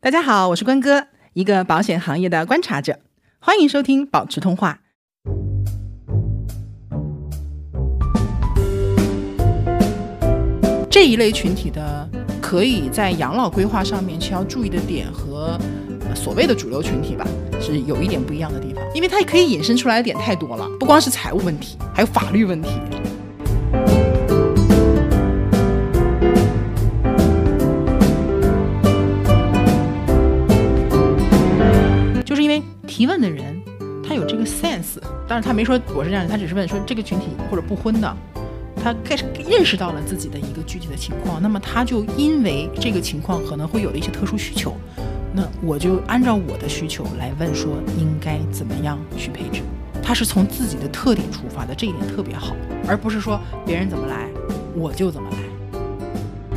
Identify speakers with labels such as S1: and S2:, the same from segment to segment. S1: 大家好，我是关哥，一个保险行业的观察者，欢迎收听保持通话。这一类群体的可以在养老规划上面需要注意的点和呃所谓的主流群体吧，是有一点不一样的地方，因为它可以引申出来的点太多了，不光是财务问题，还有法律问题。就是因为提问的人他有这个 sense，当然他没说我是这样的，他只是问说这个群体或者不婚的，他开始认识到了自己的一个具体的情况，那么他就因为这个情况可能会有了一些特殊需求，那我就按照我的需求来问说应该怎么样去配置。他是从自己的特点出发的，这一点特别好，而不是说别人怎么来我就怎么来。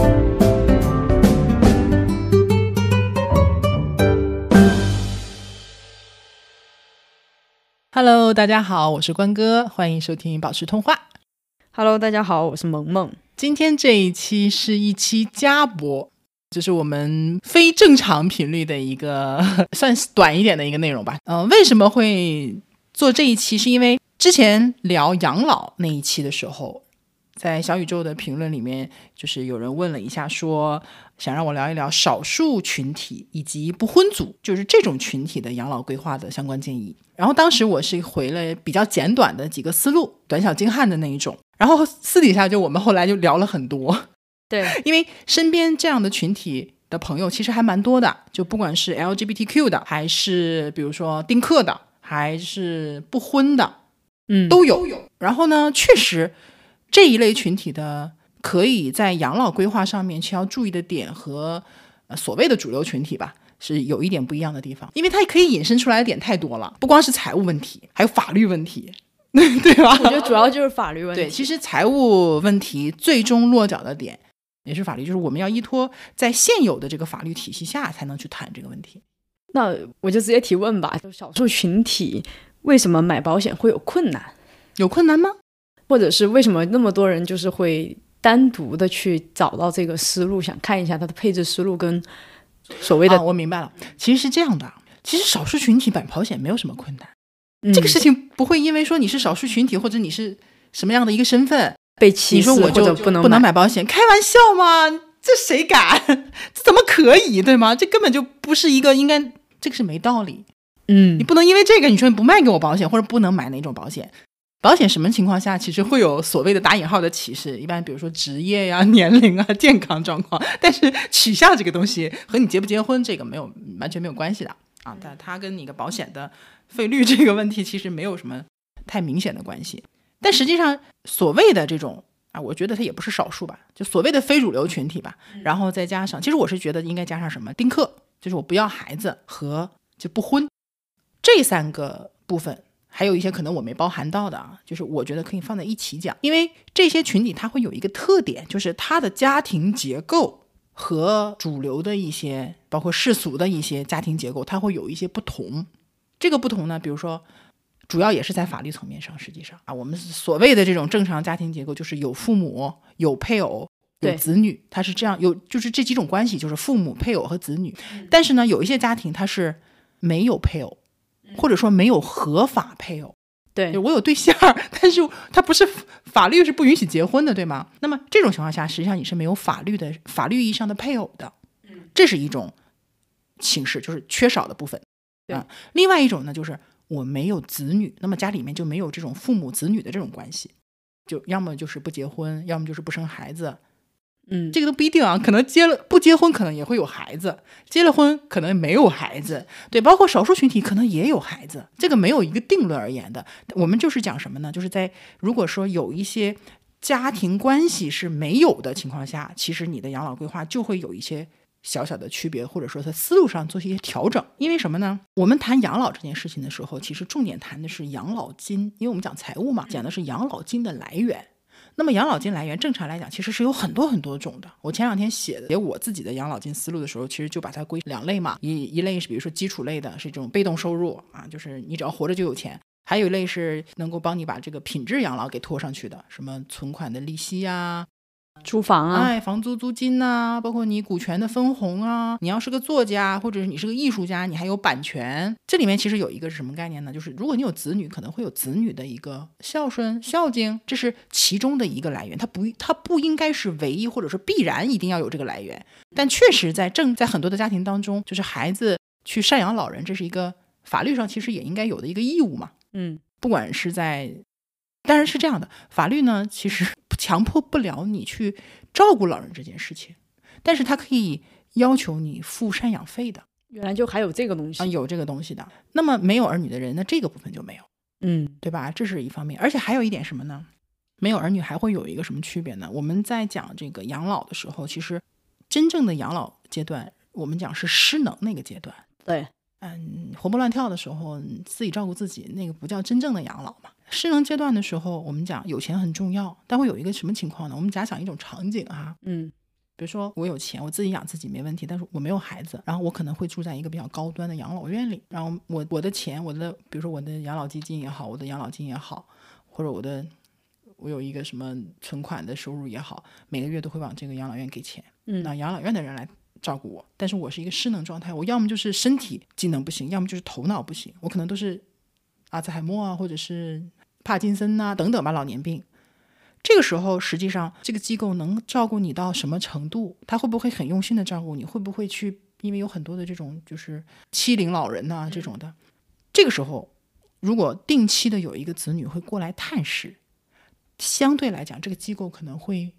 S1: Hello，大家好，我是关哥，欢迎收听保持通话。
S2: Hello，大家好，我是萌萌。
S1: 今天这一期是一期加播，就是我们非正常频率的一个 算是短一点的一个内容吧。呃，为什么会做这一期？是因为之前聊养老那一期的时候，在小宇宙的评论里面，就是有人问了一下说，想让我聊一聊少数群体以及不婚族，就是这种群体的养老规划的相关建议。然后当时我是回了比较简短的几个思路，短小精悍的那一种。然后私底下就我们后来就聊了很多，
S2: 对，
S1: 因为身边这样的群体的朋友其实还蛮多的，就不管是 LGBTQ 的，还是比如说丁克的，还是不婚的，
S2: 嗯，
S1: 都有。然后呢，确实这一类群体的可以在养老规划上面需要注意的点和、呃所谓的主流群体吧。是有一点不一样的地方，因为它可以引申出来的点太多了，不光是财务问题，还有法律问题， 对吧？
S2: 我觉得主要就是法律问题。
S1: 对，其实财务问题最终落脚的点也是法律，就是我们要依托在现有的这个法律体系下才能去谈这个问题。
S2: 那我就直接提问吧，就少数群体为什么买保险会有困难，
S1: 有困难吗？
S2: 或者是为什么那么多人就是会单独的去找到这个思路，想看一下它的配置思路跟所谓的、
S1: 啊，我明白了，其实是这样的。其实少数群体买保险没有什么困难，
S2: 嗯
S1: 这个事情不会因为说你是少数群体或者你是什么样的一个身份，
S2: 被歧
S1: 你
S2: 视
S1: 说我
S2: 或
S1: 就
S2: 者不能
S1: 不能买保险，开玩笑吗？这谁敢？ 这怎么可以？对吗？这根本就不是一个应该，这个是没道理。
S2: 嗯
S1: 你，不能因为这个你说你不卖给我保险，或者不能买哪种保险。保险什么情况下其实会有所谓的打引号的歧视？一般比如说职业呀、年龄啊、健康状况，但是取向这个东西和你结不结婚这个没有完全没有关系的啊，但它跟你的保险的费率这个问题其实没有什么太明显的关系。但实际上，所谓的这种啊，我觉得它也不是少数吧，就所谓的非主流群体吧，然后再加上，其实我是觉得应该加上什么丁克，就是我不要孩子和就不婚这三个部分，还有一些可能我没包含到的啊，就是我觉得可以放在一起讲，因为这些群体它会有一个特点，就是它的家庭结构和主流的一些，包括世俗的一些家庭结构，它会有一些不同。这个不同呢，比如说，主要也是在法律层面上，实际上啊，我们所谓的这种正常家庭结构，就是有父母、有配偶。有
S2: 对
S1: 子女，它是这样，有就是这几种关系，就是父母、配偶和子女。但是呢，有一些家庭它是没有配偶，或者说没有合法配偶。
S2: 对
S1: 就，我有对象儿，但是他不是法律是不允许结婚的，对吗？那么这种情况下，实际上你是没有法律的法律意义上的配偶的，这是一种形式，就是缺少的部分。
S2: 对
S1: 啊，另外一种呢，就是我没有子女，那么家里面就没有这种父母子女的这种关系，就要么就是不结婚，要么就是不生孩子，
S2: 嗯，
S1: 这个都不一定啊，可能结了不结婚，可能也会有孩子；结了婚，可能没有孩子。对，包括少数群体，可能也有孩子。这个没有一个定论而言的。我们就是讲什么呢？就是在如果说有一些家庭关系是没有的情况下，其实你的养老规划就会有一些小小的区别，或者说在思路上做一些调整。因为什么呢？我们谈养老这件事情的时候，其实重点谈的是养老金，因为我们讲财务嘛，讲的是养老金的来源。那么养老金来源，正常来讲其实是有很多很多种的。我前两天写的写我自己的养老金思路的时候，其实就把它归两类嘛，一一类是比如说基础类的，是这种被动收入啊，就是你只要活着就有钱；还有一类是能够帮你把这个品质养老给拖上去的，什么存款的利息呀、
S2: 租房啊，
S1: 哎，房租、租金呐、包括你股权的分红啊，你要是个作家，或者是你是个艺术家，你还有版权。这里面其实有一个是什么概念呢？就是如果你有子女，可能会有子女的一个孝顺、孝敬，这是其中的一个来源。它不，它不应该是唯一，或者说必然一定要有这个来源。但确实在正在很多的家庭当中，就是孩子去赡养老人，这是一个法律上其实也应该有的一个义务嘛。
S2: 嗯
S1: 不管是在，当然是这样的，法律呢其实强迫不了你去照顾老人这件事情，但是它可以要求你付赡养费的
S2: 原来就还有这个东西
S1: 啊，，有这个东西的。那么没有儿女的人，那这个部分就没有，
S2: 嗯
S1: 对吧？这是一方面，而且还有一点什么呢？没有儿女还会有一个什么区别呢？我们在讲这个养老的时候，其实真正的养老阶段，我们讲是失能那个阶段。
S2: 对，
S1: 嗯，活蹦乱跳的时候，你自己照顾自己，那个不叫真正的养老嘛。失能阶段的时候，我们讲有钱很重要，但会有一个什么情况呢？我们假想一种场景啊，
S2: 嗯
S1: 比如说我有钱，我自己养自己没问题，但是我没有孩子，然后我可能会住在一个比较高端的养老院里，然后我我的钱，我的比如说我的养老基金也好，我的养老金也好，或者我的我有一个什么存款的收入也好，每个月都会往这个养老院给钱，
S2: 嗯
S1: 那养老院的人来。照顾我，但是我是一个失能状态，我要么就是身体机能不行，要么就是头脑不行，我可能都是阿兹海默啊，或者是帕金森呐、等等吧，老年病。这个时候，实际上这个机构能照顾你到什么程度？他会不会很用心的照顾你？会不会去？因为有很多的这种就是欺凌老人呐、这种的。这个时候，如果定期的有一个子女会过来探视，相对来讲，这个机构可能会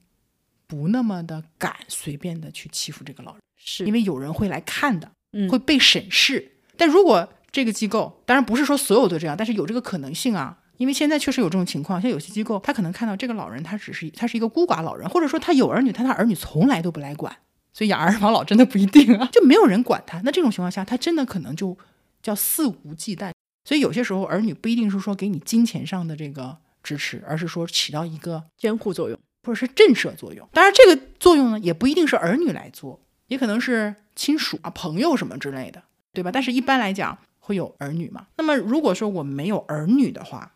S1: 不那么的敢随便的去欺负这个老人，
S2: 是
S1: 因为有人会来看的，
S2: 嗯
S1: 会被审视。但如果这个机构，当然不是说所有都这样，但是有这个可能性啊。因为现在确实有这种情况，像有些机构，他可能看到这个老人，他只是他是一个孤寡老人，或者说他有儿女，但他儿女从来都不来管，所以养儿防老真的不一定啊，就没有人管他。那这种情况下，他真的可能就叫肆无忌惮。所以有些时候，儿女不一定是说给你金钱上的这个支持，而是说起到一个
S2: 监护作用，
S1: 或者是震慑作用。当然，这个作用呢，也不一定是儿女来做，也可能是亲属啊、朋友什么之类的，对吧？但是一般来讲会有儿女嘛。那么如果说我没有儿女的话，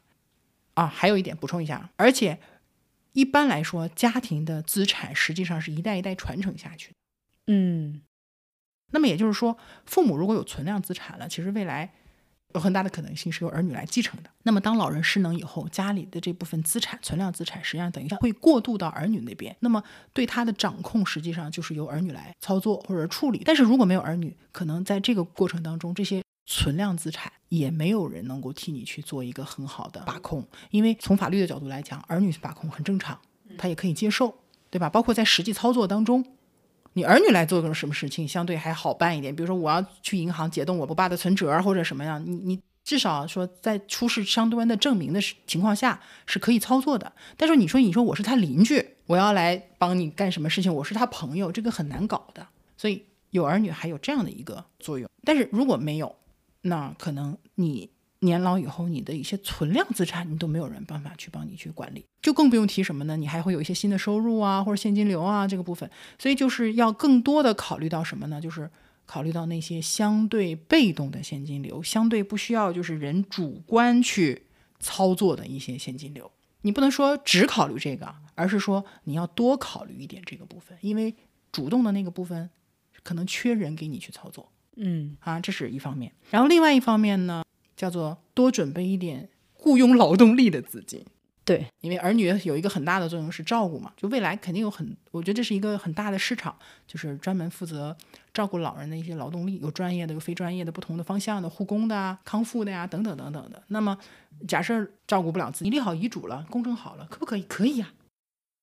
S1: 啊，还有一点补充一下，而且一般来说，家庭的资产实际上是一代一代传承下去的。
S2: 嗯
S1: 那么也就是说，父母如果有存量资产了，其实未来有很大的可能性是由儿女来继承的。那么当老人失能以后，家里的这部分资产、存量资产，实际上等于会过渡到儿女那边。那么对他的掌控，实际上就是由儿女来操作或者处理。但是如果没有儿女，可能在这个过程当中，这些。存量资产也没有人能够替你去做一个很好的把控，因为从法律的角度来讲，儿女把控很正常，他也可以接受，对吧？包括在实际操作当中，你儿女来做个什么事情，相对还好办一点。比如说，我要去银行解冻我爸的存折啊或者什么样，你你至少说在出示相关的证明的时情况下是可以操作的。但是你说你说我是他邻居，我要来帮你干什么事情，我是他朋友，这个很难搞的。所以有儿女还有这样的一个作用，但是如果没有，那可能你年老以后，你的一些存量资产你都没有人办法去帮你去管理，就更不用提什么呢？你还会有一些新的收入啊，或者现金流啊这个部分，所以就是要更多的考虑到什么呢？就是考虑到那些相对被动的现金流，相对不需要就是人主观去操作的一些现金流。你不能说只考虑这个，而是说你要多考虑一点这个部分，因为主动的那个部分可能缺人给你去操作。
S2: 嗯
S1: 啊，这是一方面。然后另外一方面呢，叫做多准备一点雇佣劳动力的资金，
S2: 对，
S1: 因为儿女有一个很大的作用是照顾嘛，就未来肯定有很，我觉得这是一个很大的市场，就是专门负责照顾老人的一些劳动力，有专业的，有非专业的，不同的方向的，护工的啊，康复的呀、等等等等的。那么假设照顾不了自己，立好遗嘱了，公证好了，可不可以？可以呀、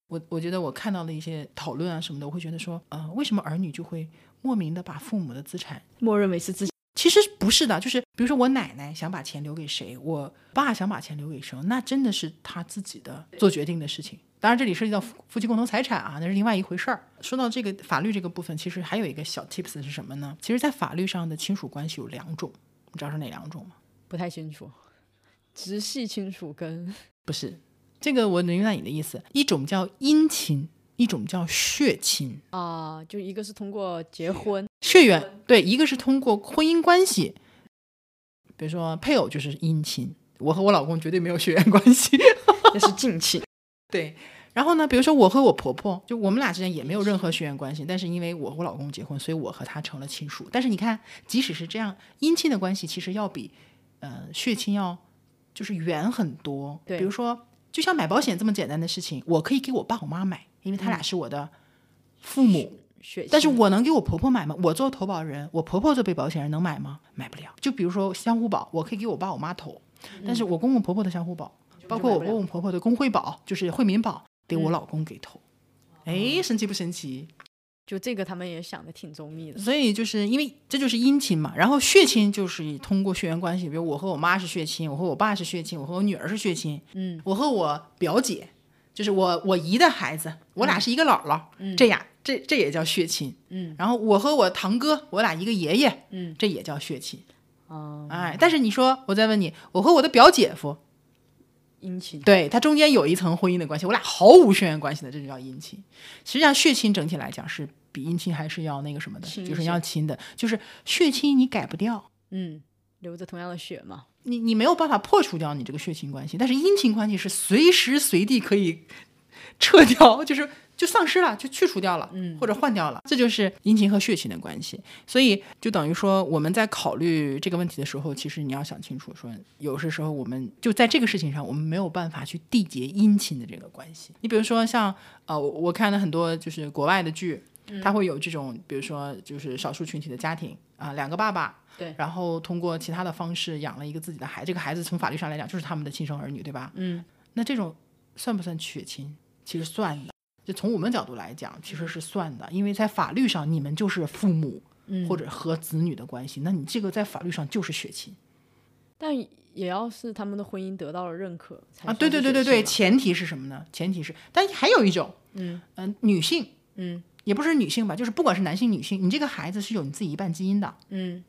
S1: 我我觉得我看到的一些讨论啊什么的，我会觉得说，呃，为什么儿女就会莫名的把父母的资产
S2: 默认为是自己，
S1: 其实不是的，就是比如说我奶奶想把钱留给谁，我爸想把钱留给谁，那真的是他自己的做决定的事情。当然，这里涉及到夫夫妻共同财产啊，那是另外一回事儿。说到这个法律这个部分，其实还有一个小 tips 是什么呢？其实，在法律上的亲属关系有两种，你知道是哪两种吗？
S2: 不太清楚，直系亲属跟
S1: 不是，这个我能明白你的意思。一种叫姻亲，一种叫血亲。
S2: 啊、就一个是通过 结婚，
S1: 血缘对，一个是通过婚姻关系，比如说配偶就是姻亲，我和我老公绝对没有血缘关系，
S2: 那是近亲，
S1: 对。然后呢，比如说我和我婆婆，就我们俩之间也没有任何血缘关系，但是因为我和我老公结婚，所以我和他成了亲属。但是你看，即使是这样，姻亲的关系其实要比呃血亲要就是远很多。
S2: 对
S1: 比如说，就像买保险这么简单的事情，我可以给我爸我妈买，因为他俩是我的父母。
S2: 血
S1: 但是我能给我婆婆买吗？我做投保人，我婆婆做被保险人能买吗？买不了。就比如说相互保，我可以给我爸我妈投，但是我公公婆婆的相互保，包括我公公婆婆的工会保，就是惠民保，得我老公给投。哎，神奇不神奇？
S2: 就这个他们也想的挺周密的。
S1: 所以就是因为这就是姻亲嘛，然后血亲就是通过血缘关系，比如我和我妈是血亲，我和我爸是血亲，我和我女儿是血亲，
S2: 嗯，
S1: 我和我表姐，就是我我姨的孩子，我俩是一个姥姥，这样这这也叫血亲，
S2: 嗯，
S1: 然后我和我堂哥，我俩一个爷爷，
S2: 嗯，
S1: 这也叫血亲，
S2: 啊、
S1: 哎，但是你说，我再问你，我和我的表姐夫，
S2: 姻亲
S1: 对他中间有一层婚姻的关系，我俩毫无血缘关系的，这就叫姻亲。实际上，血亲整体来讲是比姻亲还是要那个什么的，
S2: 亲一
S1: 就是
S2: 些
S1: 要亲的，就是血亲你改不掉，
S2: 嗯，流着同样的血嘛，
S1: 你你没有办法破除掉你这个血亲关系，但是姻亲关系是随时随地可以撤掉，就是就丧失了，就去除掉了，
S2: 嗯
S1: 或者换掉了，这就是姻亲和血亲的关系。所以就等于说，我们在考虑这个问题的时候，其实你要想清楚说，有些时候我们就在这个事情上，我们没有办法去缔结姻亲的这个关系。你比如说像呃，我我看了很多就是国外的剧，它会有这种，比如说就是少数群体的家庭啊、两个爸爸，然后通过其他的方式养了一个自己的孩子，这个孩子从法律上来讲就是他们的亲生儿女，对吧？
S2: 嗯，
S1: 那这种算不算血亲？其实算的，就从我们角度来讲，其实是算的，因为在法律上你们就是父母，
S2: 嗯
S1: 或者和子女的关系，那你这个在法律上就是血亲
S2: 但也要是他们的婚姻得到了认可
S1: 啊。
S2: 才算
S1: 对
S2: 是
S1: 对对
S2: 血
S1: 对对，
S2: 亲嘛
S1: 前提是什么呢？前提是，但还有一种，
S2: 嗯
S1: 嗯、女性。
S2: 嗯
S1: 也不是女性吧，就是不管是男性女性，你这个孩子是有你自己一半基因的，
S2: 嗯，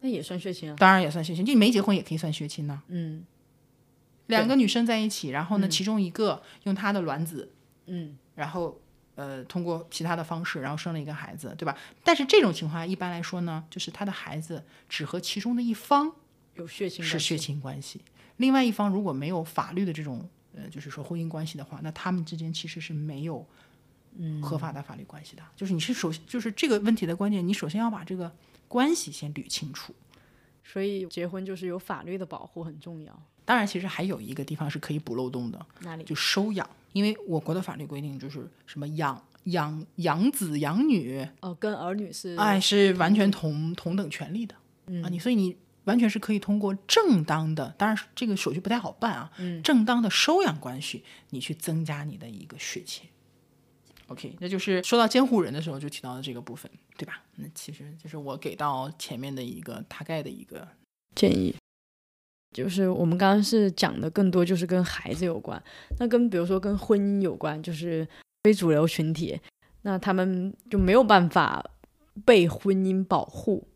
S2: 那也算血亲啊，
S1: 当然也算血亲，就你没结婚也可以算血亲呐、
S2: 嗯
S1: 两个女生在一起，然后呢，其中一个用她的卵子，
S2: 嗯
S1: 然后呃通过其他的方式，然后生了一个孩子，对吧？但是这种情况一般来说呢，就是她的孩子只和其中的一方
S2: 有血亲
S1: 是
S2: 关
S1: 血
S2: 系
S1: 亲关系，另外一方如果没有法律的这种呃就是说婚姻关系的话，那他们之间其实是没有
S2: 嗯
S1: 合法的法律关系的。就是你是首就是这个问题的关键，你首先要把这个关系先捋清楚。
S2: 所以结婚就是有法律的保护很重要。
S1: 当然，其实还有一个地方是可以补漏洞的，
S2: 哪里？
S1: 就收养，因为我国的法律规定就是什么养养养子养女，
S2: 哦，跟儿女是嗯
S1: 哎，是完全同同等权利的、啊，你所以你完全是可以通过正当的，当然是这个手续不太好办啊，
S2: 嗯
S1: 正当的收养关系，你去增加你的一个血亲。OK，那就是说到监护人的时候就提到了这个部分，对吧？那其实就是我给到前面的一个大概的一个
S2: 建议。就是我们刚刚是讲的更多就是跟孩子有关，那跟比如说跟婚姻有关，就是非主流群体，那他们就没有办法被婚姻保护，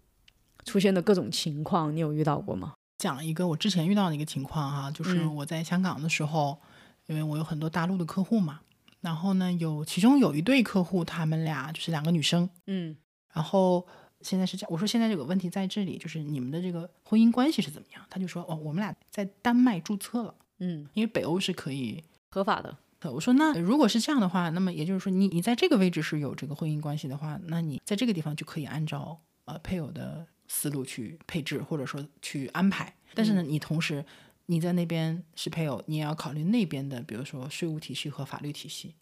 S2: 出现的各种情况，你有遇到过吗？
S1: 讲一个我之前遇到的一个情况哈、就是
S2: 嗯
S1: 我在香港的时候，因为我有很多大陆的客户嘛，然后呢，有其中有一对客户，他们俩就是两个女生，
S2: 嗯
S1: 然后现在是这样，我说现在这个问题在这里，就是你们的这个婚姻关系是怎么样？他就说哦，我们俩在丹麦注册了，
S2: 嗯，
S1: 因为北欧是可以。
S2: 合法的，
S1: 呃我说那如果是这样的话，那么也就是说你你在这个位置是有这个婚姻关系的话，那你在这个地方就可以按照呃配偶的思路去配置或者说去安排。但是呢，你同时你在那边是配偶，你也要考虑那边的，比如说税务体系和法律体系。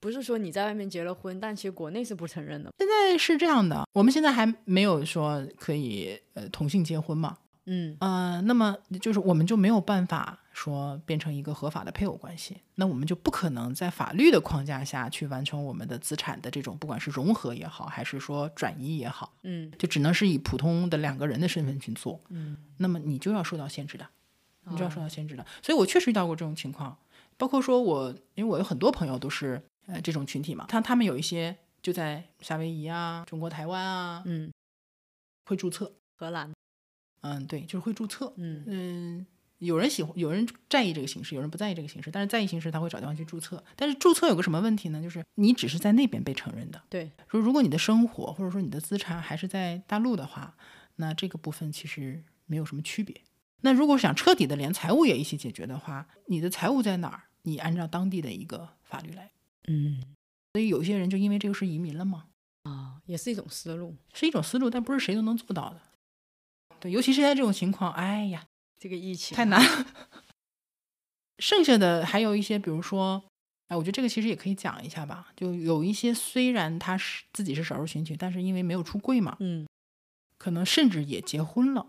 S2: 不是说你在外面结了婚，但其实国内是不承认的。
S1: 现在是这样的，我们现在还没有说可以呃同性结婚嘛，
S2: 嗯
S1: 呃，那么就是我们就没有办法说变成一个合法的配偶关系，那我们就不可能在法律的框架下去完成我们的资产的这种，不管是融合也好，还是说转移也好，
S2: 嗯
S1: 就只能是以普通的两个人的身份去做。
S2: 嗯，
S1: 那么你就要受到限制的，你就要受
S2: 啊
S1: 到限制的。所以我确实遇到过这种情况，包括说我，因为我有很多朋友都是呃这种群体嘛，他他们有一些就在夏威夷啊、中国台湾啊
S2: 嗯，
S1: 会注册，
S2: 荷兰，
S1: 嗯，对，就是会注册，
S2: 嗯
S1: 嗯，有人喜欢，有人在意这个形式，有人不在意这个形式，但是在意形式他会找地方去注册。但是注册有个什么问题呢？就是你只是在那边被承认的。
S2: 对，
S1: 说如果你的生活或者说你的资产还是在大陆的话，那这个部分其实没有什么区别。那如果想彻底的连财务也一起解决的话，你的财务在哪儿？你按照当地的一个法律来。
S2: 嗯
S1: 所以有些人就因为这个事移民了嘛，
S2: 啊，也是一种思路。
S1: 是一种思路，但不是谁都能做到的。对，尤其是在这种情况，哎呀，
S2: 这个疫情
S1: 太难了。剩下的还有一些，比如说，哎，我觉得这个其实也可以讲一下吧。就有一些虽然他是自己是少数群体，但是因为没有出柜嘛，
S2: 嗯
S1: 可能甚至也结婚了。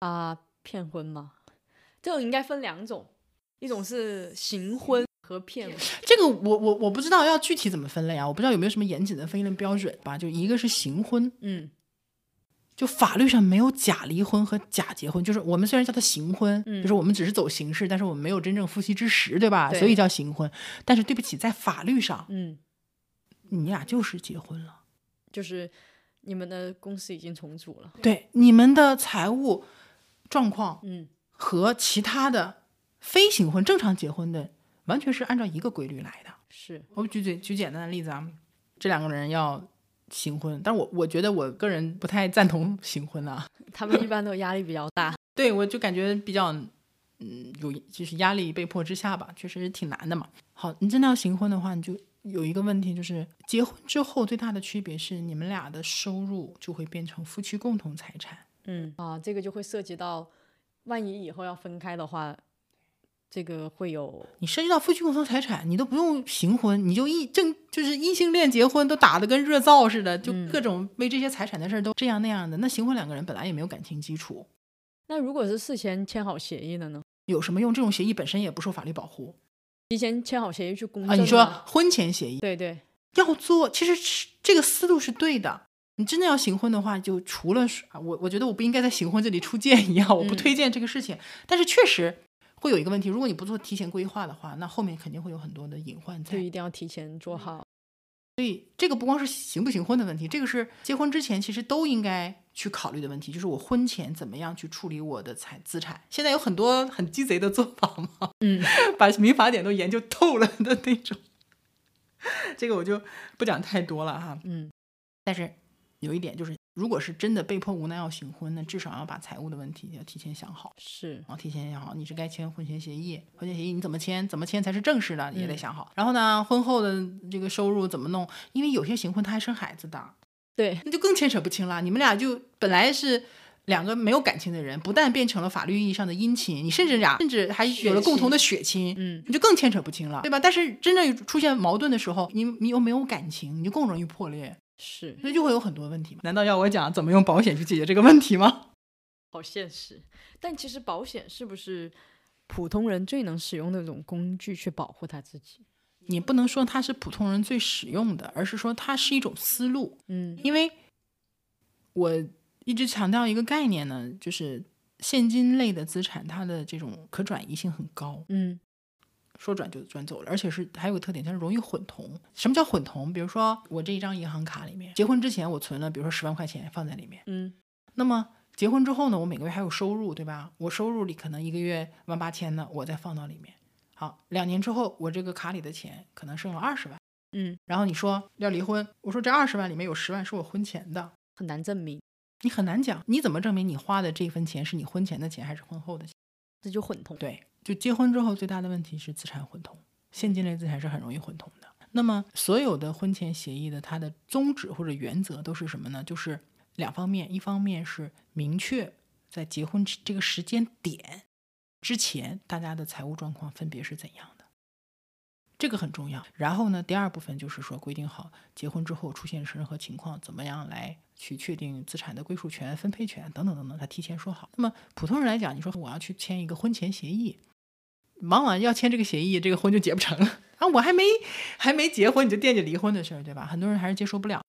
S2: 啊，骗婚吗？这种应该分两种，一种是行婚和骗婚。
S1: 这个我我我不知道要具体怎么分类啊，我不知道有没有什么严谨的分类标准吧。就一个是行婚，
S2: 嗯
S1: 就法律上没有假离婚和假结婚，就是我们虽然叫它行婚，
S2: 嗯
S1: 就是我们只是走形式，但是我们没有真正夫妻之实，对吧？
S2: 对
S1: 所以叫行婚。但是对不起，在法律上，
S2: 嗯，
S1: 你俩就是结婚了。
S2: 就是你们的公司已经重组了。
S1: 对，你们的财务状况
S2: 嗯
S1: 和其他的非行婚、正常结婚的，完全是按照一个规律来的。
S2: 是，
S1: 我举举举简单的例子啊，这两个人要行婚，但我我觉得我个人不太赞同行婚啊。
S2: 他们一般都压力比较大。
S1: 对我就感觉比较，嗯，有就是压力被迫之下吧，确实挺难的嘛。好，你真的要行婚的话，你就有一个问题，就是结婚之后最大的区别是，你们俩的收入就会变成夫妻共同财产。
S2: 嗯啊，这个就会涉及到，万一以后要分开的话，这个会有
S1: 你涉及到夫妻共同财产，你都不用行婚，你就异正就是异性恋结婚都打得跟热灶似的，就各种为这些财产的事儿都这样那样的。那行婚两个人本来也没有感情基础，
S2: 那如果是事前签好协议的呢？
S1: 有什么用？这种协议本身也不受法律保护
S2: 提前签好协议去公证
S1: 啊。你说
S2: 吗
S1: 婚前协议
S2: 对对，
S1: 要做，其实是这个思路是对的。你真的要行婚的话，就除了说啊我，我觉得我不应该在行婚这里出建议啊，我不
S2: 嗯
S1: 推荐这个事情。但是确实会有一个问题，如果你不做提前规划的话，那后面肯定会有很多的隐患在
S2: 就。一定要提前做好。
S1: 所以这个不光是行不行婚的问题，这个是结婚之前其实都应该去考虑的问题，就是我婚前怎么样去处理我的财资产。现在有很多很鸡贼的做法嘛，
S2: 嗯，
S1: 把民法典都研究透了的那种。 这个我就不讲太多了哈。
S2: 嗯，
S1: 但是有一点就是，如果是真的被迫无奈要行婚，那至少要把财务的问题要提前想好。
S2: 是
S1: 然后提前想好，你是该签婚前协议，婚前协议你怎么签，怎么签才是正式的，也得想好。然后呢，婚后的这个收入怎么弄？因为有些行婚他还生孩子的，
S2: 对，
S1: 那就更牵扯不清了。你们俩就本来是。两个没有感情的人，不但变成了法律意义上的姻亲，你甚至俩甚至还有了共同的血亲，
S2: 嗯，
S1: 你就更牵扯不清了，对吧？但是真正出现矛盾的时候，你你又没有感情，你就更容易破裂，
S2: 是
S1: 所以就会有很多问题嘛。难道要我讲怎么用保险去解决这个问题吗？
S2: 好现实。但其实保险是不是普通人最能使用的一种工具去保护他自己？
S1: 你不能说它是普通人最使用的，而是说它是一种思路。
S2: 嗯
S1: 因为我一直强调一个概念呢，就是现金类的资产，它的这种可转移性很高，
S2: 嗯
S1: 说转就转走了，而且是还有个特点，它是容易混同。什么叫混同？比如说我这一张银行卡里面，结婚之前我存了，比如说十万块钱放在里面，
S2: 嗯
S1: 那么。结婚之后呢，我每个月还有收入，对吧？我收入里可能一个月万八千呢，我再放到里面。好，两年之后，我这个卡里的钱可能剩了二十万。
S2: 嗯，
S1: 然后你说要离婚，我说这二十万里面有十万是我婚前的，
S2: 很难证明，
S1: 你很难讲，你怎么证明你花的这份钱是你婚前的钱还是婚后的钱？
S2: 这就混同。
S1: 对，就结婚之后最大的问题是资产混同，现金类资产是很容易混同的。那么所有的婚前协议的它的宗旨或者原则都是什么呢？就是两方面，一方面是明确在结婚这个时间点之前，大家的财务状况分别是怎样的。这个很重要。然后呢，第二部分就是说规定好结婚之后出现任何情况，怎么样来去确定资产的归属权、分配权等等等等，他提前说好。那么普通人来讲，你说我要去签一个婚前协议，往往要签这个协议，这个婚就结不成了啊！我还没还没结婚，你就惦记离婚的事儿，对吧？很多人还是接受不了。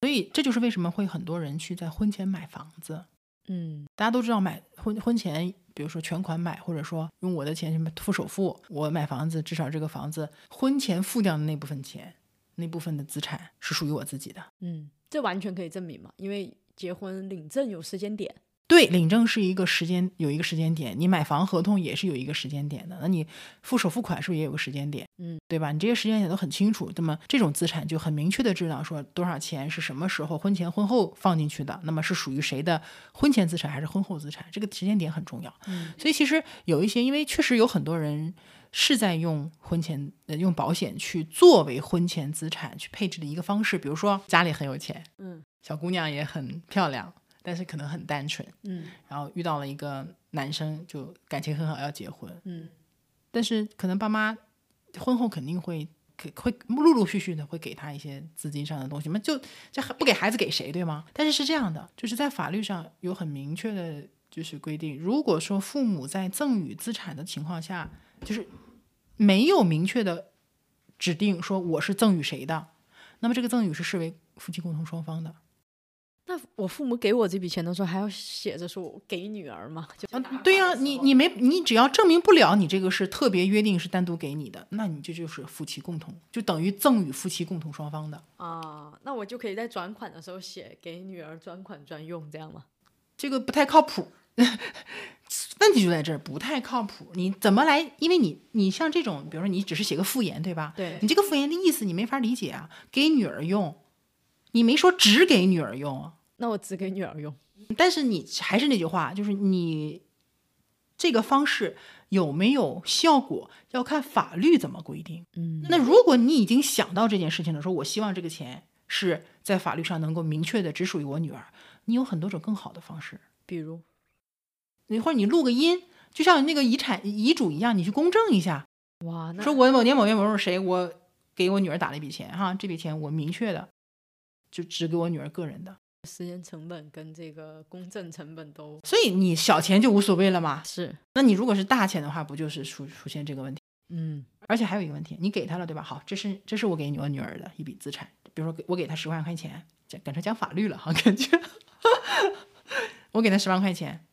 S1: 所以这就是为什么会很多人去在婚前买房子，
S2: 嗯
S1: 大家都知道买婚婚前，比如说全款买，或者说用我的钱什么付首付，我买房子，至少这个房子婚前付掉的那部分钱，那部分的资产是属于我自己的。
S2: 嗯，这完全可以证明嘛，因为结婚领证有时间点。
S1: 对，领证是一个时间，有一个时间点，你买房合同也是有一个时间点的，那你付首付款是不是也有个时间点？
S2: 嗯，
S1: 对吧？你这些时间点都很清楚，那么这种资产就很明确的知道说多少钱是什么时候婚前婚后放进去的，那么是属于谁的婚前资产还是婚后资产，这个时间点很重要。
S2: 嗯
S1: 所以其实有一些，因为确实有很多人是在用婚前呃用保险去作为婚前资产去配置的一个方式。比如说家里很有钱，
S2: 嗯
S1: 小姑娘也很漂亮，但是可能很单纯，
S2: 嗯
S1: 然后遇到了一个男生就感情很好要结婚，
S2: 嗯
S1: 但是可能爸妈婚后肯定会给会陆陆续续的会给他一些资金上的东西嘛，就这还不给孩子给谁对吗？但是是这样的，就是在法律上有很明确的就是规定，如果说父母在赠与资产的情况下，就是没有明确的指定说我是赠与谁的，那么这个赠与是视为夫妻共同双方的。
S2: 那我父母给我这笔钱的时候，还要写着说我给女儿嘛？就
S1: 啊，对呀、你你没你只要证明不了你这个是特别约定是单独给你的，那你这就是夫妻共同，就等于赠与夫妻共同双方的。
S2: 啊，那我就可以在转款的时候写给女儿专款专用，这样吗？
S1: 这个不太靠谱。 问题就在这儿，不太靠谱。你怎么来？因为你你像这种，比如说你只是写个附言，对吧？
S2: 对
S1: 你这个附言的意思你没法理解啊。给女儿用，你没说只给女儿用啊。
S2: 那我只给女儿用。
S1: 但是你还是那句话，就是你这个方式有没有效果，要看法律怎么规定。
S2: 嗯
S1: 那如果你已经想到这件事情了，说我希望这个钱是在法律上能够明确的只属于我女儿，你有很多种更好的方式。
S2: 比如，
S1: 你或者你录个音，就像那个遗产遗嘱一样，你去公证一下，
S2: 哇，那
S1: 说我某年某月某日谁我给我女儿打了一笔钱哈，这笔钱我明确的就只给我女儿个人的，
S2: 时间成本跟这个公证成本都
S1: 所以你小钱就无所谓了嘛。
S2: 是，
S1: 那你如果是大钱的话，不就是出出现这个问题？
S2: 嗯
S1: 而且还有一个问题，你给她了对吧？好，这是这是我给我女儿的一笔资产，比如说给我给她十万块钱，这感觉讲法律了哈，感觉 我给她十万块钱，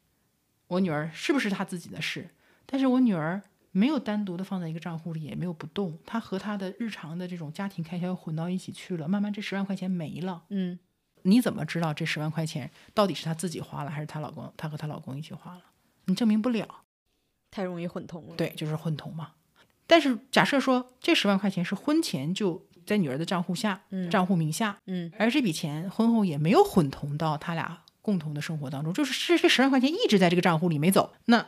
S1: 我女儿是不是她自己的事？但是我女儿没有单独的放在一个账户里，也没有不动，她和她的日常的这种家庭开销混到一起去了，慢慢这十万块钱没了，
S2: 嗯，
S1: 你怎么知道这十万块钱到底是她自己花了，还是她老公她和她老公一起花了？你证明不了。
S2: 太容易混同了。
S1: 对，就是混同嘛。但是假设说这十万块钱是婚前就在女儿的账户下，
S2: 嗯
S1: 账户名下，
S2: 嗯
S1: 而这笔钱婚后也没有混同到他俩共同的生活当中，就是这这十万块钱一直在这个账户里没走，那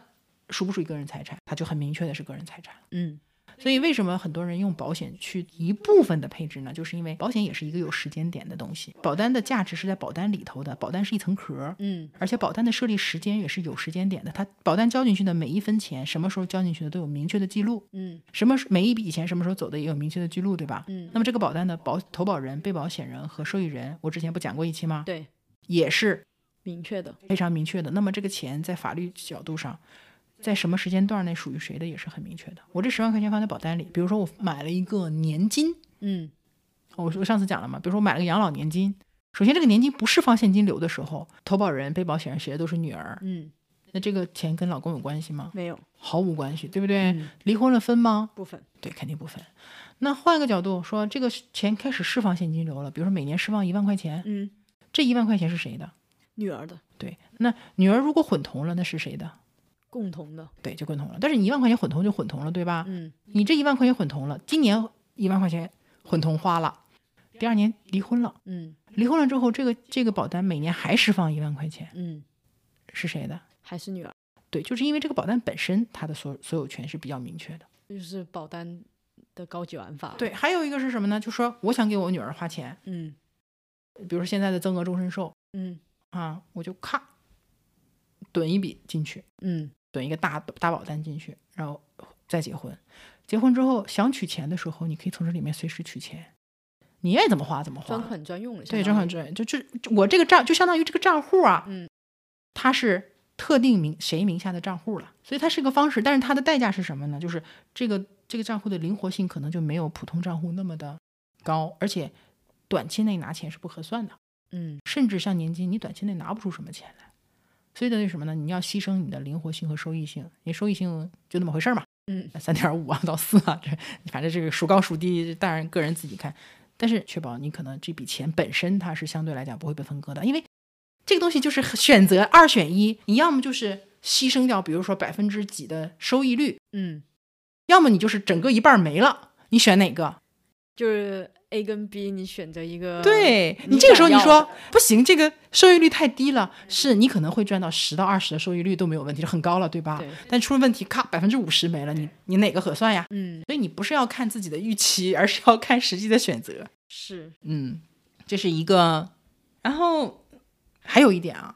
S1: 属不属于个人财产？它就很明确的是个人财产。
S2: 嗯
S1: 所以为什么很多人用保险去一部分的配置呢？就是因为保险也是一个有时间点的东西，保单的价值是在保单里头的，保单是一层壳，
S2: 嗯
S1: 而且保单的设立时间也是有时间点的，它保单交进去的每一分钱，什么时候交进去的都有明确的记录，
S2: 嗯
S1: 什么时每一笔钱什么时候走的也有明确的记录，对吧？
S2: 嗯，
S1: 那么这个保单的保投保人、被保险人和受益人，我之前不讲过一期吗？
S2: 对，
S1: 也是
S2: 明确的。
S1: 非常明确的。那么这个钱在法律角度上，在什么时间段内属于谁的也是很明确的。我这十万块钱放在保单里，比如说我买了一个年金，
S2: 嗯
S1: 我我上次讲了嘛，比如说我买了个养老年金，首先这个年金不释放现金流的时候，投保人、被保险人写的都是女儿，
S2: 嗯，
S1: 那这个钱跟老公有关系吗？
S2: 没有
S1: 毫无关系，对不对？
S2: 嗯
S1: 离婚了分吗？
S2: 部分。
S1: 对，肯定不分。那换个角度说，这个钱开始释放现金流了，比如说每年释放一万块钱，
S2: 嗯，
S1: 这一万块钱是谁的？
S2: 女儿的，
S1: 对，那女儿如果混同了，那是谁的？
S2: 共同的。
S1: 对，就共同了。但是你一万块钱混同就混同了，对吧？
S2: 嗯
S1: 你这一万块钱混同了，今年一万块钱混同花了，第二年离婚了，
S2: 嗯
S1: 离婚了之后，这个这个保单每年还释放一万块钱，
S2: 嗯，
S1: 是谁的？
S2: 还是女儿，
S1: 对，就是因为这个保单本身它的所所有权是比较明确的。
S2: 就是保单的高级玩法。，
S1: 对，还有一个是什么呢？就说我想给我女儿花钱，
S2: 嗯
S1: 比如说现在的增额终身寿
S2: 嗯
S1: 啊，我就咔趸一笔进去，
S2: 嗯
S1: 趸一个大大保单进去，然后再结婚。结婚之后想取钱的时候，你可以从这里面随时取钱，你愿意怎么花怎么
S2: 专
S1: 花。
S2: 款专用了。
S1: 对，专
S2: 相当
S1: 款专
S2: 于
S1: 就这我这个账就相当于这个账户啊，
S2: 嗯，
S1: 它是特定名谁名下的账户了，所以它是个方式，但是它的代价是什么呢？就是这个这个账户的灵活性可能就没有普通账户那么的高，而且短期内拿钱是不合算的。
S2: 嗯
S1: 甚至像年金，你短期内拿不出什么钱来。所以等于什么呢？你要牺牲你的灵活性和收益性，你收益性就那么回事儿嘛，
S2: 嗯
S1: 三点五啊到四啊，这反正这个孰高孰低，当然个人自己看。但是确保你可能这笔钱本身它是相对来讲不会被分割的，因为这个东西就是选择二选一，你要么就是牺牲掉，比如说百分之几的收益率，
S2: 嗯，
S1: 要么你就是整个一半儿没了，你选哪个？
S2: 就是 A 跟 B，你选择一个，
S1: 对
S2: 嗯你
S1: 你这个时候你
S2: 想要
S1: 说不行，这个收益率太低了，是你可能会赚到十到二十的收益率都没有问题，就很高了，对吧？
S2: 对
S1: 但出了问题，咔，百分之五十没了，你你哪个合算呀？
S2: 嗯，
S1: 所以你不是要看自己的预期，而是要看实际的选择。
S2: 是
S1: 嗯，这是一个。然后还有一点啊，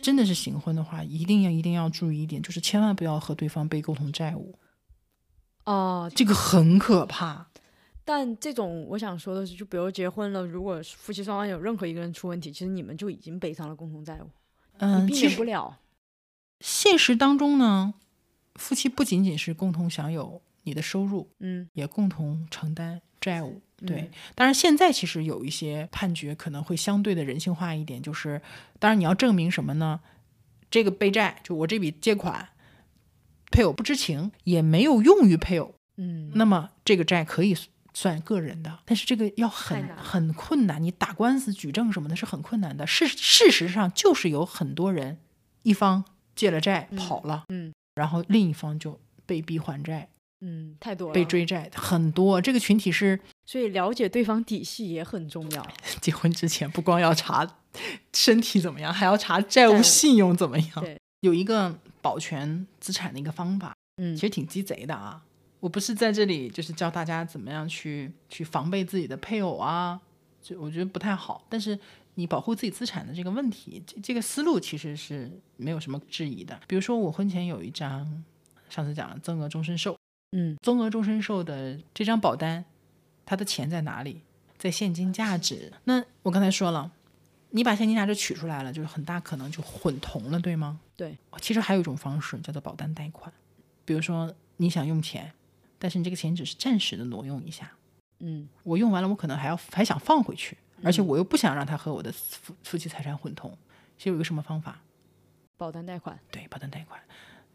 S1: 真的是行婚的话，一定要一定要注意一点，就是千万不要和对方背共同债务，
S2: 哦、
S1: 这个很可怕。
S2: 但这种我想说的是，就比如结婚了，如果夫妻双方有任何一个人出问题，其实你们就已经背上了共同债务，
S1: 嗯，
S2: 你避
S1: 其
S2: 免
S1: 实
S2: 不了。
S1: 现实当中呢，夫妻不仅仅是共同享有你的收入，
S2: 嗯，
S1: 也共同承担债务。
S2: 嗯
S1: 对，当然现在其实有一些判决可能会相对的人性化一点，就是当然你要证明什么呢？这个被债，就我这笔借款，配偶不知情，也没有用于配偶，
S2: 嗯，
S1: 那么这个债可以算个人的，但是这个要
S2: 太
S1: 很
S2: 难了
S1: 很困难，你打官司、举证什么的是很困难的。事事实上就是有很多人一方借了债
S2: 嗯
S1: 跑了，
S2: 嗯
S1: 然后另一方就被逼还债、
S2: 嗯，太多了，
S1: 被追债，很多这个群体是
S2: 所以了解对方底细也很重要。
S1: 结婚之前不光要查身体怎么样，还要查债
S2: 债务
S1: 务信用怎么样。
S2: 对
S1: 有一个保全资产的一个方法，
S2: 嗯
S1: 其实挺鸡贼的啊。我不是在这里就是教大家怎么样去去防备自己的配偶啊，就我觉得不太好。但是你保护自己资产的这个问题，这这个思路其实是没有什么质疑的。比如说我婚前有一张，上次讲了增额终身寿，
S2: 嗯
S1: 增额终身寿的这张保单，它的钱在哪里？在现金价值。那我刚才说了，你把现金价值取出来了，就是很大可能就混同了，对吗？
S2: 对。
S1: 其实还有一种方式叫做保单贷款，比如说你想用钱，但是你这个钱只是暂时的挪用一下，
S2: 嗯
S1: 我用完了，我可能还要还想放回去，而且我又不想让它和我的夫夫妻财产混同。其实有一个什么方法？
S2: 保单贷款，
S1: 对，保单贷款。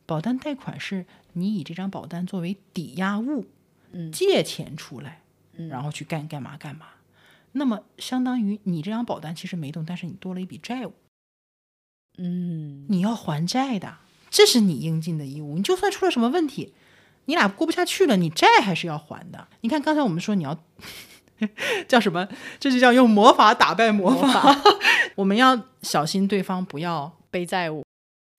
S1: 保单贷款是你以这张保单作为抵押物，
S2: 嗯
S1: 借钱出来，然后去干干嘛干嘛。那么相当于你这张保单其实没动，但是你多了一笔债务，
S2: 嗯
S1: 你要还债的，这是你应尽的义务。你就算出了什么问题，你俩过不下去了，你债还是要还的。你看刚才我们说你要 叫什么，这就叫用魔法打败魔法。 我们要小心对方不要
S2: 背债务，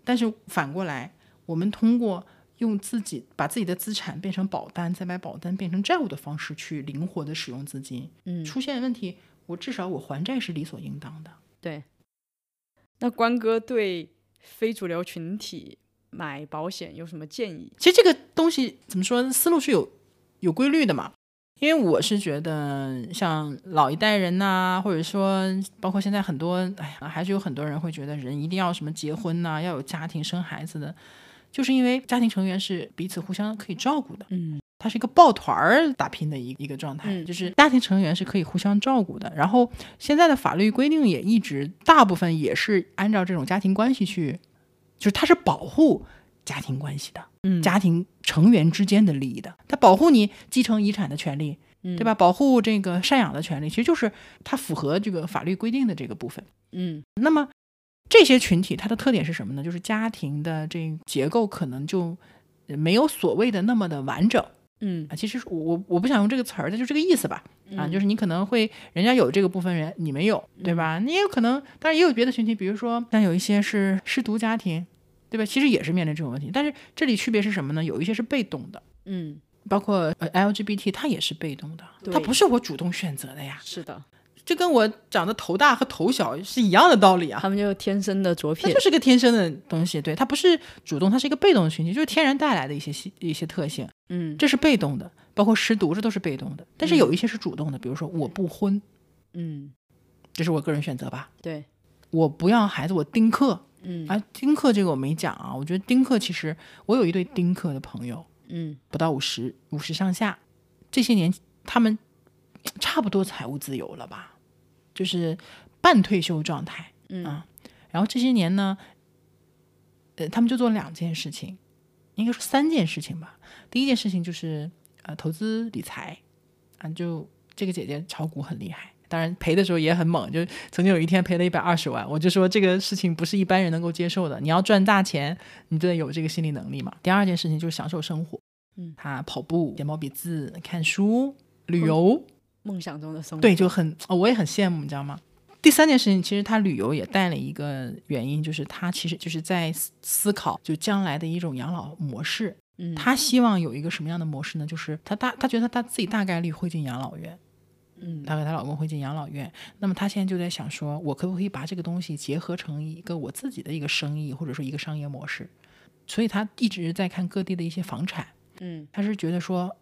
S1: 但是反过来，我们通过用自己把自己的资产变成保单，再把保单变成债务的方式去灵活的使用资金。
S2: 嗯，
S1: 出现问题，我至少我还债是理所应当的。
S2: 对。那关哥对非主流群体买保险有什么建议？
S1: 其实这个东西怎么说呢，思路是有有规律的嘛。因为我是觉得，像老一代人呐、或者说包括现在很多，哎呀，还是有很多人会觉得人一定要什么结婚呐、要有家庭生孩子的，就是因为家庭成员是彼此互相可以照顾的。
S2: 嗯
S1: 它是一个抱团儿打拼的一一个状态，
S2: 嗯
S1: 就是家庭成员是可以互相照顾的。然后现在的法律规定也一直大部分也是按照这种家庭关系去，就是它是保护家庭关系的，
S2: 嗯
S1: 家庭成员之间的利益的，它保护你继承遗产的权利，
S2: 嗯
S1: 对吧？？保护这个赡养的权利，其实就是它符合这个法律规定的这个部分。
S2: 嗯
S1: 那么这些群体它的特点是什么呢？就是家庭的这个结构可能就呃没有所谓的那么的完整。
S2: 嗯
S1: 啊，其实是我我我不想用这个词儿，但就这个意思吧。啊，
S2: 嗯嗯
S1: 就是你可能会人家有这个部分人，你没有，对吧？你也有可能，当然也有别的群体，比如说像有一些是失独家庭，对吧？其实也是面临这种问题，但是这里区别是什么呢？有一些是被动的，
S2: 嗯，
S1: 包括呃 LGBT，它也是被动的，它
S2: 对
S1: 不是我主动选择的呀。
S2: 是的，
S1: 这跟我长得头大和头小是一样的道理啊。
S2: 他们就天生的左
S1: 它
S2: 撇
S1: 就
S2: 子，
S1: 是个天生的东西，对，它不是主动，它是一个被动的群体，就是天然带来的一些系一些特性。
S2: 嗯
S1: 这是被动的，包括食毒，这都是被动的。但是有一些是主动的，比如说我不婚，
S2: 嗯，
S1: 这是我个人选择吧。
S2: 对，
S1: 我不要孩子，我丁克
S2: 嗯
S1: 啊，丁克这个我没讲啊。我觉得丁克其实我有一对丁克的朋友，
S2: 嗯
S1: 不到五十五十上下，这些年他们差不多财务自由了吧，就是半退休状态。啊
S2: 嗯
S1: 然后这些年呢，呃，他们就做两件事情，应该说三件事情吧。第一件事情就是呃，投资理财，啊，就这个姐姐炒股很厉害，当然赔的时候也很猛，就曾经有一天赔了一百二十万，我就说这个事情不是一般人能够接受的。你要赚大钱，你就得有这个心理能力嘛。第二件事情就是享受生活，
S2: 嗯
S1: 她跑步、写毛笔字、看书、旅游，
S2: 梦想中的生活。
S1: 对，就很、哦我也很羡慕，你知道吗？第三件事情，其实他旅游也带了一个原因，就是他其实就是在思思考，就将来的一种养老模式。
S2: 嗯，
S1: 他希望有一个什么样的模式呢？就是他大，他觉得他自己大概率会进养老院，
S2: 嗯
S1: 她和她老公会进养老院。那么她现在就在想说，我可不可以把这个东西结合成一个我自己的一个生意，或者说一个商业模式？所以她一直在看各地的一些房产，
S2: 嗯
S1: 她是觉得说，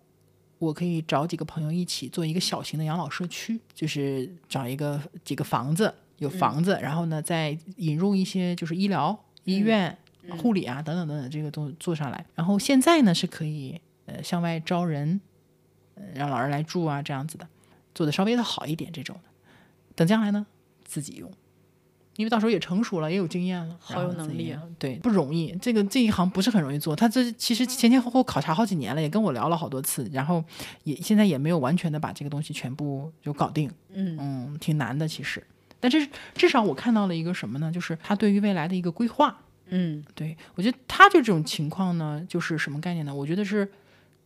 S1: 我可以找几个朋友一起做一个小型的养老社区，就是找一个几个房子，有
S2: 嗯
S1: 房子，然后呢再引入一些就是医疗、
S2: 嗯
S1: 医院、护理啊等等等等这个都做上来。然后现在呢是可以呃向外招人，呃让老人来住啊这样子的，做的稍微的好一点这种的。等将来呢自己用。因为到时候也成熟了，也有经验了，
S2: 好有能力啊
S1: 然后自己用！对，不容易，这个这一行不是很容易做。他这其实前前后后考察好几年了，也跟我聊了好多次，然后也现在也没有完全的把这个东西全部就搞定，
S2: 嗯
S1: 嗯，挺难的其实。但是至少我看到了一个什么呢？就是他对于未来的一个规划。
S2: 嗯
S1: 对我觉得他就这种情况呢，就是什么概念呢？我觉得是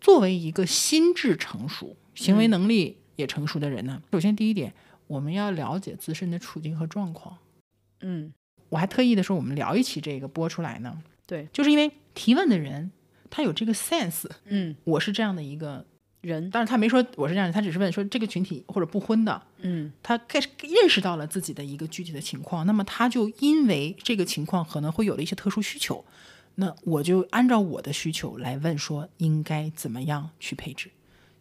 S1: 作为一个心智成熟、行为能力也成熟的人呢，首先第一点，我们要了解自身的处境和状况。
S2: 嗯
S1: 我还特意的说，我们聊一期这个播出来呢，
S2: 对，
S1: 就是因为提问的人他有这个 sense，
S2: 嗯，
S1: 我是这样的一个，
S2: 人，
S1: 当然他没说我是这样的，他只是问说这个群体或者不婚的，
S2: 嗯
S1: 他开始认识到了自己的一个具体的情况，那么他就因为这个情况可能会有了一些特殊需求，那我就按照我的需求来问说应该怎么样去配置。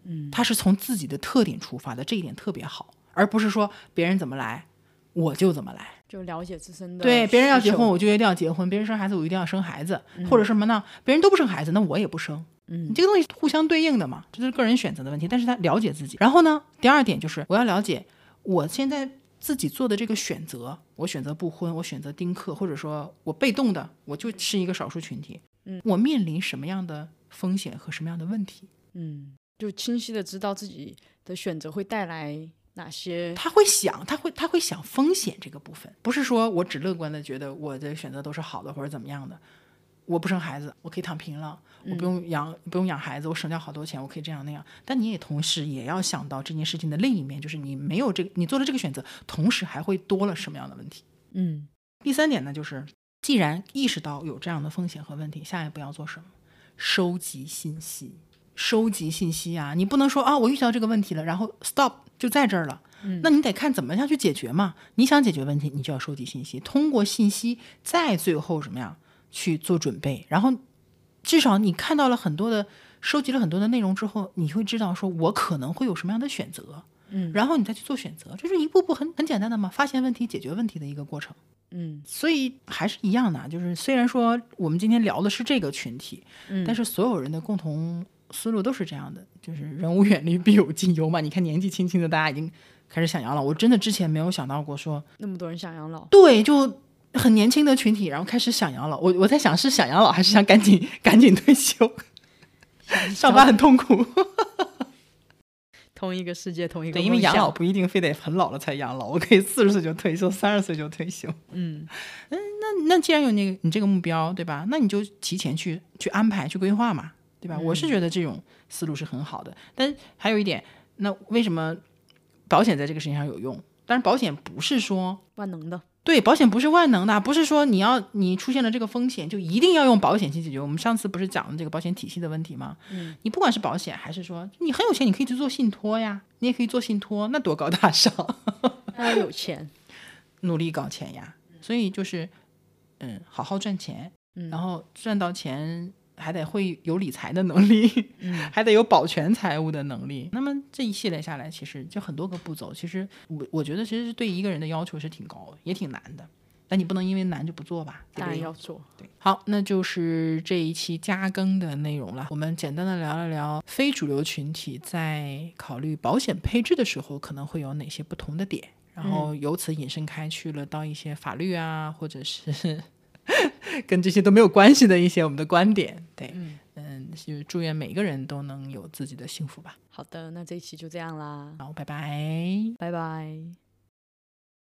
S2: 嗯，
S1: 他是从自己的特点出发的，这一点特别好，而不是说别人怎么来我就怎么来。
S2: 就了解自身的
S1: 对，别人要
S2: 需
S1: 结
S2: 求
S1: 婚，我就一定要结婚；别人生孩子，我一定要生孩子，或者什么呢？别人都不生孩子，那我也不生。
S2: 嗯
S1: 你这个东西互相对应的嘛，这就是个人选择的问题。但是他了解自己，然后呢，第二点就是我要了解我现在自己做的这个选择，我选择不婚，我选择丁克，或者说我被动的，我就是一个少数群体。
S2: 嗯，
S1: 我面临什么样的风险和什么样的问题，
S2: 嗯，就清晰的知道自己的选择会带来哪些，
S1: 他会想，他会他会想风险这个部分，不是说我只乐观的觉得我的选择都是好的或者怎么样的。我不生孩子，我可以躺平了，我不用养、不用养孩子，我省掉好多钱，我可以这样那样。但你也同时也要想到这件事情的另一面，就是你没有这个，你做了这个选择，同时还会多了什么样的问题。
S2: 嗯
S1: 第三点呢，就是既然意识到有这样的风险和问题，下一步要做什么？收集信息，收集信息啊！你不能说啊，我遇到这个问题了，然后 stop 就在这儿了。
S2: 嗯
S1: 那你得看怎么样去解决嘛。你想解决问题，你就要收集信息，通过信息再最后怎么样去做准备。然后至少你看到了很多的，收集了很多的内容之后，你会知道说我可能会有什么样的选择，
S2: 嗯
S1: 然后你再去做选择，这是一步步很很简单的嘛，发现问题、解决问题的一个过程。
S2: 嗯
S1: 所以还是一样的啊，就是虽然说我们今天聊的是这个群体，
S2: 嗯
S1: 但是所有人的共同思路都是这样的，就是人无远虑，必有近忧嘛。你看年纪轻轻的，大家已经开始想养老，我真的之前没有想到过说，
S2: 那么多人想养老，
S1: 对，就很年轻的群体，然后开始想养老。我我在想是想养老，还是想赶紧赶紧退休？上班很痛苦，
S2: 同一个世界，同一个
S1: 对，因为
S2: 梦
S1: 养老
S2: 想，
S1: 不一定非得很老了才养老，我可以四十岁就退休，三十岁就退休。
S2: 嗯
S1: 那既然有那个你这个目标，对吧？那你就提前去去安排、去规划嘛，对吧？我是觉得这种思路是很好的。但还有一点，那为什么保险在这个事情上有用？但是保险不是说
S2: 万能的，
S1: 对，保险不是万能的啊，不是说你要你出现了这个风险就一定要用保险去解决。我们上次不是讲了这个保险体系的问题吗？
S2: 嗯，
S1: 你不管是保险还是说你很有钱，你可以去做信托呀，你也可以做信托，那多高大上。
S2: 那要有钱，
S1: 努力搞钱呀。所以就是，嗯，好好赚钱，
S2: 嗯
S1: 然后赚到钱还得会有理财的能力，
S2: 嗯
S1: 还得有保全财务的能力。那么这一系列下来，其实就很多个步骤。其实我我觉得，其实对一个人的要求是挺高的，也挺难的。但你不能因为难就不做吧？ 对
S2: 当
S1: 不
S2: 然
S1: 对？
S2: 要做，
S1: 好，那就是这一期加更的内容了。我们简单的聊一聊非主流群体在考虑保险配置的时候可能会有哪些不同的点，然后由此引申开去了到一些法律啊，或者是 跟这些都没有关系的一些我们的观点。对，
S2: 嗯
S1: 嗯，就祝愿每个人都能有自己的幸福吧。
S2: 好的，那这一期就这样啦，
S1: 好，拜拜。
S2: 拜拜。